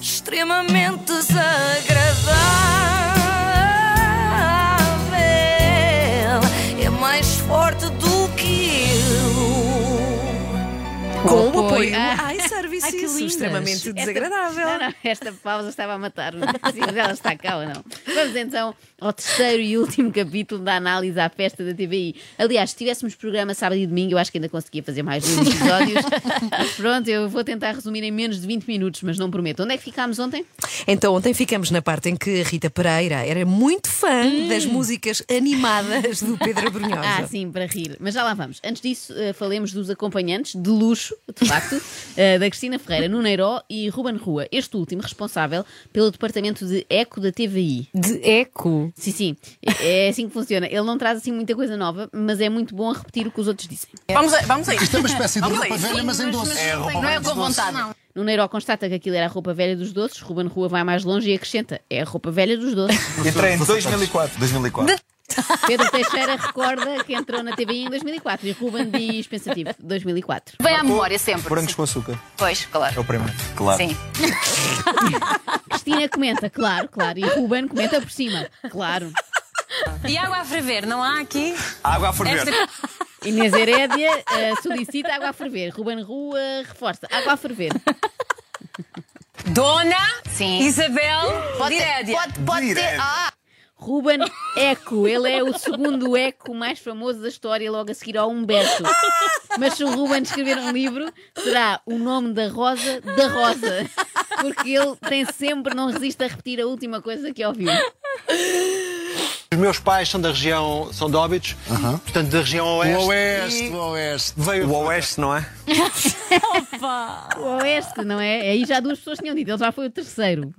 extremamente desagradável. É mais forte do que eu. Com apoio. o apoio Ah. à iService, Ai, que isso, lindas. extremamente Esta- desagradável. Não, não, esta pausa estava a matar-me. Sim, mas ela está cá ou não? Vamos então ao terceiro e último capítulo da análise à festa da TVI. Aliás, se tivéssemos programa sábado e domingo, eu acho que ainda conseguia fazer mais dois episódios. mas pronto, eu vou tentar resumir em menos de 20 minutos, mas não prometo. Onde é que ficámos ontem? Então, ontem ficamos na parte em que a Rita Pereira era muito fã das músicas animadas do Pedro Brunhosa. Hum. Ah, sim, para rir. Mas já lá vamos. Antes disso, eh, falemos dos acompanhantes de luxo, de facto, eh, da Cristina Ferreira, Nuneiró e Ruben Rua. Este último responsável pelo departamento de eco da TVI. De eco. Sim, sim, é assim que funciona. Ele não traz assim muita coisa nova, mas é muito bom a repetir o que os outros dizem. Vamos a, vamos a Isto isto. é uma espécie de Vamos a roupa isto. velha, mas em doce. É, roupa Não é com vontade. Nuneiro constata que aquilo era a roupa velha dos doces, Ruben Rua vai mais longe e acrescenta: é a roupa velha dos doces. Entrei em 2004. 2004. Pedro Teixeira recorda que entrou na TVI em 2004 e Ruben diz tipo, pensativo: 2004. Vem à memória sempre. Brancos com açúcar. Pois, claro. É o primeiro. Claro. Sim. Cristina comenta: claro, claro. E Ruben comenta por cima: claro. E água a ferver, não há aqui? Água a ferver. Inês Herédia eh, solicita água a ferver. Ruben Rua reforça: água a ferver. Dona Sim. Isabel Pode, ter- Dirédia. pode, pode ter. Dirédia. Ah, Ruben Eco, ele é o segundo Eco mais famoso da história, logo a seguir ao Humberto. Mas se o Ruben escrever um livro, será o nome da Rosa da Rosa. Porque ele tem sempre, não resiste a repetir a última coisa que ouviu. Os meus pais são da região, são de Óbidos, portanto da região oeste. O oeste, e o oeste. Veio O Oeste, não é? O Oeste, não é? Aí já duas pessoas tinham dito, ele já foi o terceiro.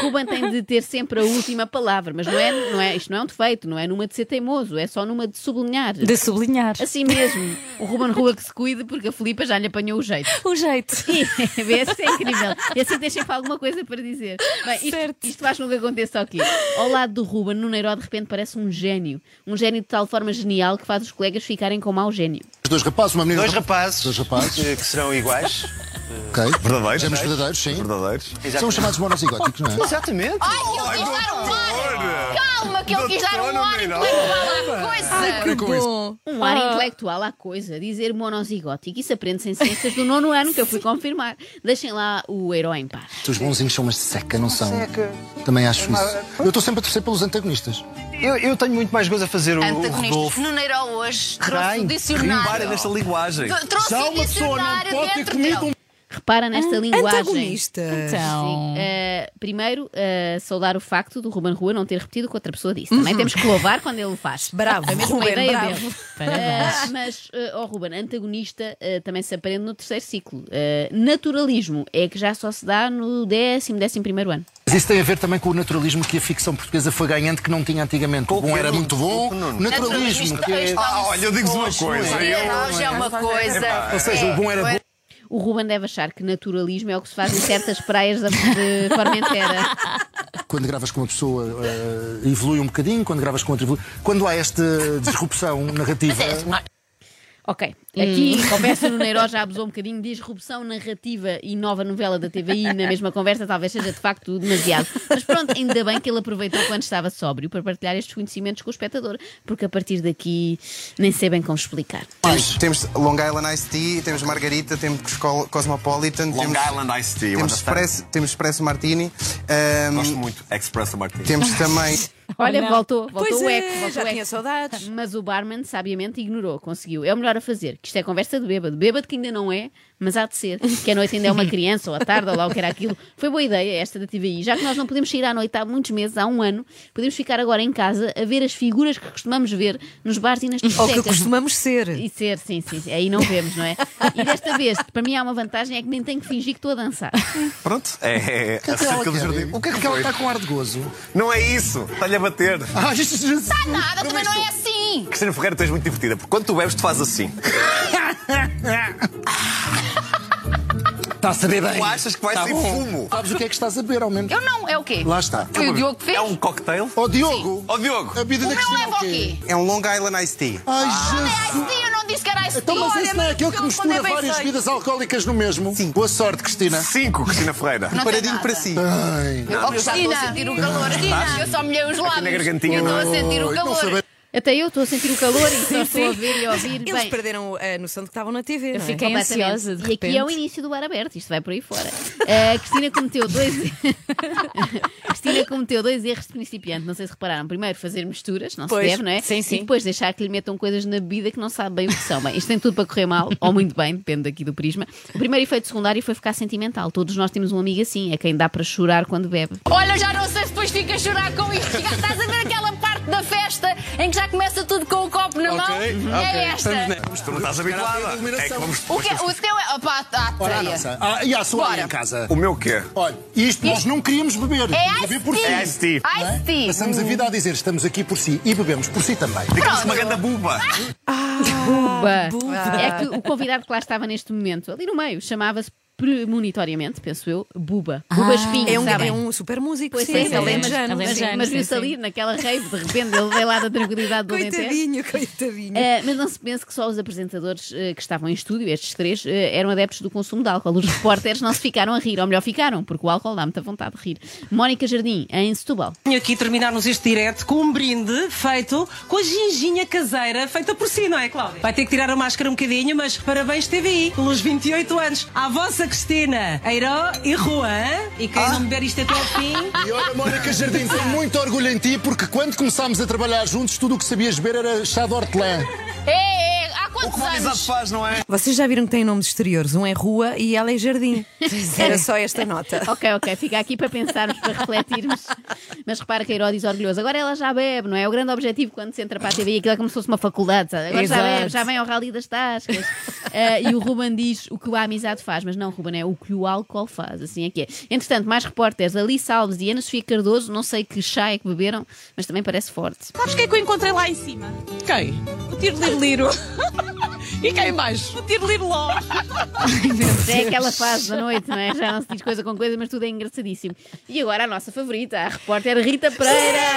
Ruben tem de ter sempre a última palavra, mas não é, não é, isto não é um defeito, não é numa de ser teimoso, é só numa de sublinhar. De sublinhar. Assim mesmo, o Ruben Rua que se cuide, porque a Filipa já lhe apanhou o jeito. O jeito. Vê, Isso é incrível. E assim tem sempre alguma coisa para dizer. Bem, isto, Certo. isto faz com que aconteça aqui. Ao lado do Ruben, Nuneiro de repente parece um gênio. Um gênio de tal forma genial que faz os colegas ficarem com mau gênio. Os Dois rapazes, uma menina. dois rapazes, Dois rapazes, Que serão iguais. ok. Verdadeiros. Gêmeos verdadeiros, sim. Verdadeiros. São os chamados monozigóticos, não é? Exatamente. ai, que ele quis dar um ar. Calma, que ele quis dar um ar Doutora intelectual à coisa. Que com isso? Bom. Um ar Ah. intelectual à coisa, dizer monozigótico. Isso aprende-se em ciências do nono ano, que eu fui confirmar. Deixem lá o herói em paz. Os bonzinhos são uma seca, não são? Também acho isso. Eu estou sempre a torcer pelos antagonistas. Eu, eu tenho muito mais coisa a fazer o, o Antagonista Rodolfo. Nuneiro hoje trouxe Rein, um Rimbar é dicionário. desta linguagem. Trouxe Já uma um pessoa não dicionário pode ter dentro comido um dele. Repara nesta linguagem. Ah, Antagonista. Sim. Então. Eh, primeiro, eh, saudar o facto do Ruben Rua não ter repetido o que outra pessoa disse. Também temos que louvar quando ele o faz. Bravo, Foi mesmo uma Uhum. Ruben, ideia bravo. dele. Parabéns. Eh, mas, eh, oh, Ruben, antagonista eh, também se aprende no terceiro ciclo. Eh, naturalismo é que já só se dá no décimo, décimo primeiro ano. Mas isso tem a ver também com o naturalismo que a ficção portuguesa foi ganhando que não tinha antigamente. O bom era muito bom, naturalismo. que é- Ah, olha, eu digo-vos uma coisa, Hoje é uma coisa. Ou seja, o bom era bom. O Ruben deve achar que naturalismo é o que se faz em certas praias da, de Formentera. Quando gravas com uma pessoa eh, evolui um bocadinho, quando gravas com outra evolui. Quando há esta disrupção narrativa. Ok, aqui conversa no Neiro já abusou um bocadinho de disrupção narrativa e nova novela da TVI na mesma conversa, talvez seja de facto demasiado. Mas pronto, ainda bem que ele aproveitou quando estava sóbrio para partilhar estes conhecimentos com o espectador, porque a partir daqui nem sei bem como explicar. Temos, temos Long Island Iced Tea, temos Margarita, temos Col- Cosmopolitan, Long temos, Island Iced Tea. eu temos, understand. espresso, temos Espresso Martini, ahm, Gosto muito. Expresso Martins. temos também. Olha, não. voltou, voltou Tá Pois o é, eco, voltou já o eco. tinha saudades. Mas o barman sabiamente ignorou, conseguiu. É o melhor a fazer, que isto é conversa de bêbado. Bêbado que ainda não é, mas há de ser. Que à noite ainda é uma criança, ou à tarde, ou lá o que era aquilo. Foi boa ideia esta da TVI. Já que nós não podemos sair à noite há muitos meses, há um ano, podemos ficar agora em casa a ver as figuras que costumamos ver nos bares e nas Ou que discotecas. costumamos ser. E ser, sim, sim, sim. Aí não vemos, não é? E desta vez, para mim há uma vantagem, é que nem tenho que fingir que estou a dançar. Pronto. É, é O que é que ela acerca do quer? jardim. O que é que ela está com ar de gozo? Não é isso. Está-lhe a bater. Ah, Jesus. Nada, também não é assim. Cristina Ferreira, tu és muito divertida, porque quando tu bebes, tu fazes assim. Está Tá a saber bem. Tu achas que vai Tá sair bom. fumo? Sabes o que é que estás a beber, ao menos? Eu não, é o quê? Lá está. Foi o Diogo que fez? É um cocktail? Ó Diogo! Ó Diogo! A vida O da meu Cristina é leva ao quê? Ah, É um Long Island Iced Tea. Ai, Jesus! Sim, eu não disse que era ice Então, mas isso não é aquele que mistura várias bebidas alcoólicas no mesmo? Sim. Boa sorte, Cristina. Cinco, Cristina Ferreira. Um paradinho para si. Ai, Oh, Cristina. Eu estou a sentir o calor. Eu só molhei os lábios. gargantinha, eu estou é? a não. sentir o Oi, não calor. saber- Até eu estou a sentir o calor e só estou a sim. ver e a ouvir. Eles Bem, perderam eh, a noção de que estavam na TV. não é? fiquei- completamente. ansiosa, de E aqui é o repente. início do bar aberto, isto vai por aí fora. A Cristina cometeu dois. Cristina cometeu dois erros de principiante, não sei se repararam. Primeiro, fazer misturas, não Pois, se deve, não é? sim, sim. E depois deixar que lhe metam coisas na bebida que não sabe bem o que são. Bem, isto tem tudo para correr mal, ou muito bem, depende aqui do prisma. O primeiro efeito secundário foi ficar sentimental. Todos nós temos um amigo assim, a quem dá para chorar quando bebe. Olha, eu já não sei se depois fico a chorar com isto. Estás a ver aquela parte da festa em que já começa tudo com o copo na mão? Ok, É ok, esta. estamos ne- Tu não estás habituada. É que vamos. O, que, o teu é. Opa, tá, Ora, a nossa. Ah, e a sua aí Bora. em casa? O meu quê? Olha, isto nós não queríamos beber. É ice beber por si. tea. É ice tea. não é? Ice tea. Passamos a vida a dizer estamos aqui por si e bebemos por si também. Ficamos uma grande buba. Buba. É que o convidado que lá estava neste momento, ali no meio, chamava-se premonitoriamente, penso eu, Buba. Buba Espinho, É um, sabem? é um super músico, assim, Pois é, sim, é, sim, alentejano. mas- Mas, Alentejano, mas sim, viu-se sim. ali naquela rave, de repente ele veio lá da tranquilidade do Alentejo. Coitadinho, coitadinho. Eh, mas não se pense que só os apresentadores eh, que estavam em estúdio, estes três, eh, eram adeptos do consumo de álcool. Os repórteres não se ficaram a rir, ou melhor, ficaram, porque o álcool dá muita vontade de rir. Mónica Jardim, em Setúbal. Venho aqui terminarmos este direto com um brinde feito com a ginginha caseira feita por si, não é, Cláudia? Vai ter que tirar a máscara um bocadinho, mas parabéns, TVI, pelos 28 anos. À vossa Cristina, Eiró e Juan. E quem não beber isto até ao fim, E olha, Mónica Jardim, tenho muito orgulho em ti porque quando começámos a trabalhar juntos, tudo o que sabias beber era chá de hortelã. É, é, O há que quantos uma amizade anos? faz, não é? Vocês já viram que têm nomes exteriores? Um é rua e ela é jardim. é. Era só esta nota. Ok, ok, fica aqui para pensarmos, para refletirmos. Mas repara que a Herói diz orgulhoso. Agora ela já bebe, não é? O grande objetivo quando se entra para a TV, aquilo é como se fosse uma faculdade, sabe? Agora já Exato. bebe, já vem ao Rally das Tascas. Eh, e o Ruben diz o que a amizade faz, mas não, Ruben, é o que o álcool faz, assim é que é. Entretanto, mais repórteres, Alice Alves e Ana Sofia Cardoso, não sei que chá é que beberam, mas também parece forte. sabes quem é que eu encontrei lá em cima? Quem? O tiro liro E quem mais? O tiro liro Já é aquela fase da noite, não é? Já não se diz coisa com coisa, mas tudo é engraçadíssimo. E agora a nossa favorita, a repórter Rita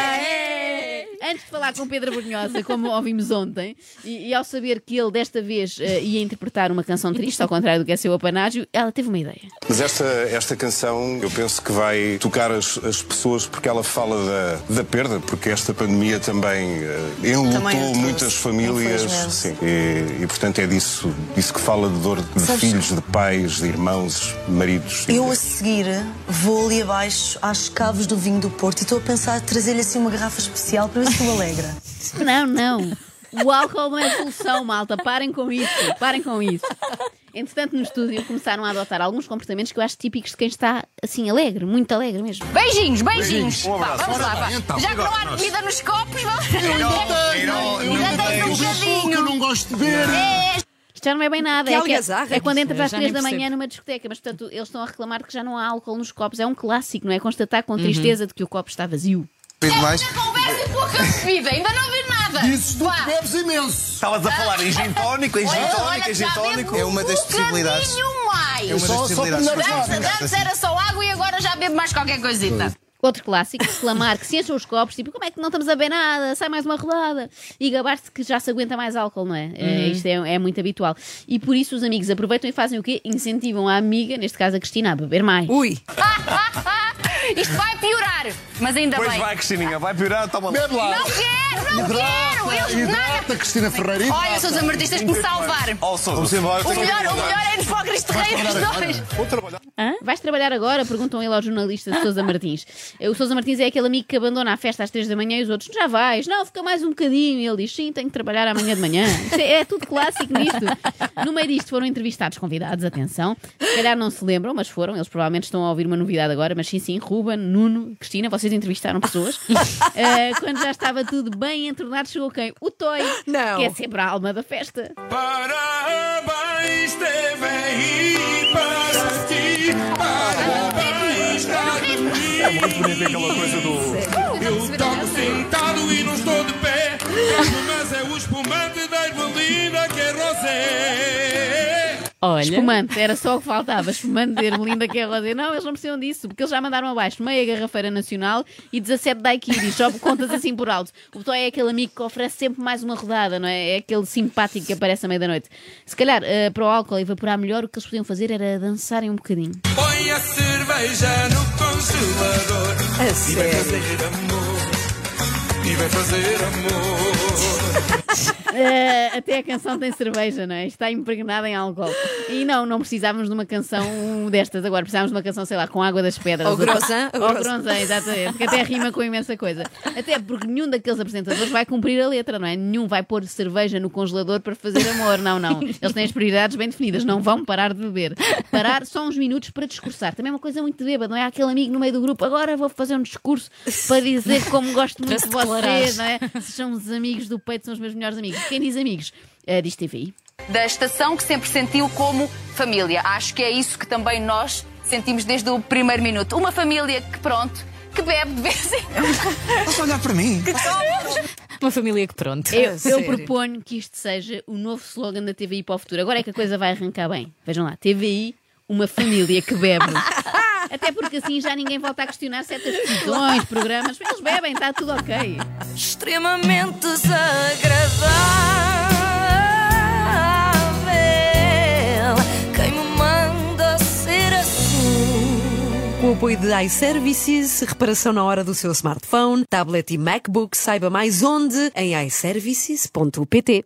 Pereira. Antes de falar com Pedro Brunhosa, como ouvimos ontem, e, e ao saber que ele desta vez eh, ia interpretar uma canção triste, ao contrário do que é seu apanágio, ela teve uma ideia. Mas esta, esta canção eu penso que vai tocar as, as pessoas porque ela fala da, da perda, porque esta pandemia também eh, enlutou Também a trouxe, muitas famílias. infelizmente. Sim. E, e, portanto é disso, disso que fala de dor de Sabes- filhos, de pais, de irmãos, maridos. Eu a seguir vou ali abaixo às caves do vinho do Porto e estou a pensar em trazer-lhe assim uma garrafa especial para ver se o alegra. Não, não. O álcool não é solução, malta. Parem com isso. Parem com isso. Entretanto, no estúdio começaram a adotar alguns comportamentos que eu acho típicos de quem está assim alegre, muito alegre mesmo. Beijinhos, beijinhos. Um abraço. Vá, vamos lá, Ora vá. bem, então. Já que não há comida nos copos, vamos. Herói, Ainda tens um Eu bocadinho. não gosto de beber. É, Isto já não é bem nada. Que é, algazarra. é quando entras às Ah, Já nem 3 da manhã percebo. numa discoteca, mas portanto eles estão a reclamar que já não há álcool nos copos. É um clássico, não é? Constatar Uhum. com tristeza de que o copo está vazio. É, Pede mais. muita conversa e pouca bebida. Ainda não vi nada. Dizes tu que Vá. bebes imenso. Estavas a falar em gin tónico, em gin Olha, tónico, em olha, gin já tónico. bebo É uma das um possibilidades. bocadinho mais. É uma das Só- só possibilidades. primeiro Mas lado. vamos Antes assim. era só água e agora já bebo mais qualquer coisita. Outro clássico, reclamar que se encham os copos, tipo, como é que não estamos a ver nada? Sai mais uma rodada. E gabar-se que já se aguenta mais álcool, não é? Uhum. É, Isto é, é muito habitual. E por isso os amigos aproveitam e fazem o quê? Incentivam a amiga, neste caso a Cristina, a beber mais. Ui, Isto vai piorar, mas ainda Pois bem. vai, Cristininha, vai piorar, tá toma lá. Bebe lá. Não quero, não Hidrata, quero. Eu, nada. hidrata, Cristina Ferreira. Olha, sou dos artistas que me salvaram. Ó, Sousa. Vamos embora. O melhor, o melhor é de Fócrates Terreiros dois. Vou trabalhar. Vais trabalhar agora? Perguntam ele ao jornalista de Sousa Martins. O Sousa Martins é aquele amigo que abandona a festa às três da manhã e os outros, já vais, não, fica mais um bocadinho. E ele diz, sim, tenho que trabalhar amanhã de manhã. Isto é, é tudo clássico nisto. No meio disto foram entrevistados convidados, atenção. Se calhar não se lembram, mas foram. Eles provavelmente estão a ouvir uma novidade agora, mas sim, sim, Ruben, Nuno, Cristina, vocês entrevistaram pessoas. Eh, quando já estava tudo bem entornado, chegou quem? O Toy, Não. que é sempre a alma da festa. Parabéns, TVI, para ti. É muito bonita aquela coisa do. Eu toco sentado e não estou de pé. Mas é o espumante da Irmelina que é rosé. Olha. Espumante, era só o que faltava. Espumante de Ermelinda que é ela dizer, não, eles não precisam disso, porque eles já mandaram abaixo meia garrafeira nacional e 17 daiquiri, só por contas assim por alto. O Toy é aquele amigo que oferece sempre mais uma rodada, não é? É aquele simpático que aparece à meia-noite. Se calhar, eh, para o álcool evaporar melhor, o que eles podiam fazer era dançarem um bocadinho. Põe a cerveja no congelador. A e vai fazer amor. E vai fazer amor. Eh, até a canção tem cerveja, não é? Está impregnada em álcool. E não, não precisávamos de uma canção destas agora. Precisávamos de uma canção, sei lá, com água das pedras. Ou grossa, ou Ou grossa. grossa, exatamente. Porque até rima com imensa coisa. Até porque nenhum daqueles apresentadores vai cumprir a letra, não é? Nenhum vai pôr cerveja no congelador para fazer amor. Não, não. Eles têm as prioridades bem definidas. Não vão parar de beber. Parar só uns minutos para discursar. Também é uma coisa muito bêbada, não é? Há aquele amigo no meio do grupo. Agora vou fazer um discurso para dizer como gosto muito Para de se declarar. vocês, não é? Sejam os amigos do peito, são os meus melhores amigos. Quem diz amigos? Eh, diz TVI. da estação que sempre sentiu como família. Acho que é isso que também nós sentimos desde o primeiro minuto. Uma família que, pronto, que bebe de vez em quando. Posso olhar para mim? Uma família que pronto. Eu, eu proponho que isto seja o novo slogan da TVI para o futuro. Agora é que a coisa vai arrancar bem. Vejam lá, TVI, uma família que bebe. Até porque assim já ninguém volta a questionar certas decisões, programas. Eles bebem, está tudo ok. extremamente desagradável. Quem me manda ser assim? Com o apoio de iServices, reparação na hora do seu smartphone, tablet e MacBook, saiba mais onde em iServices.pt.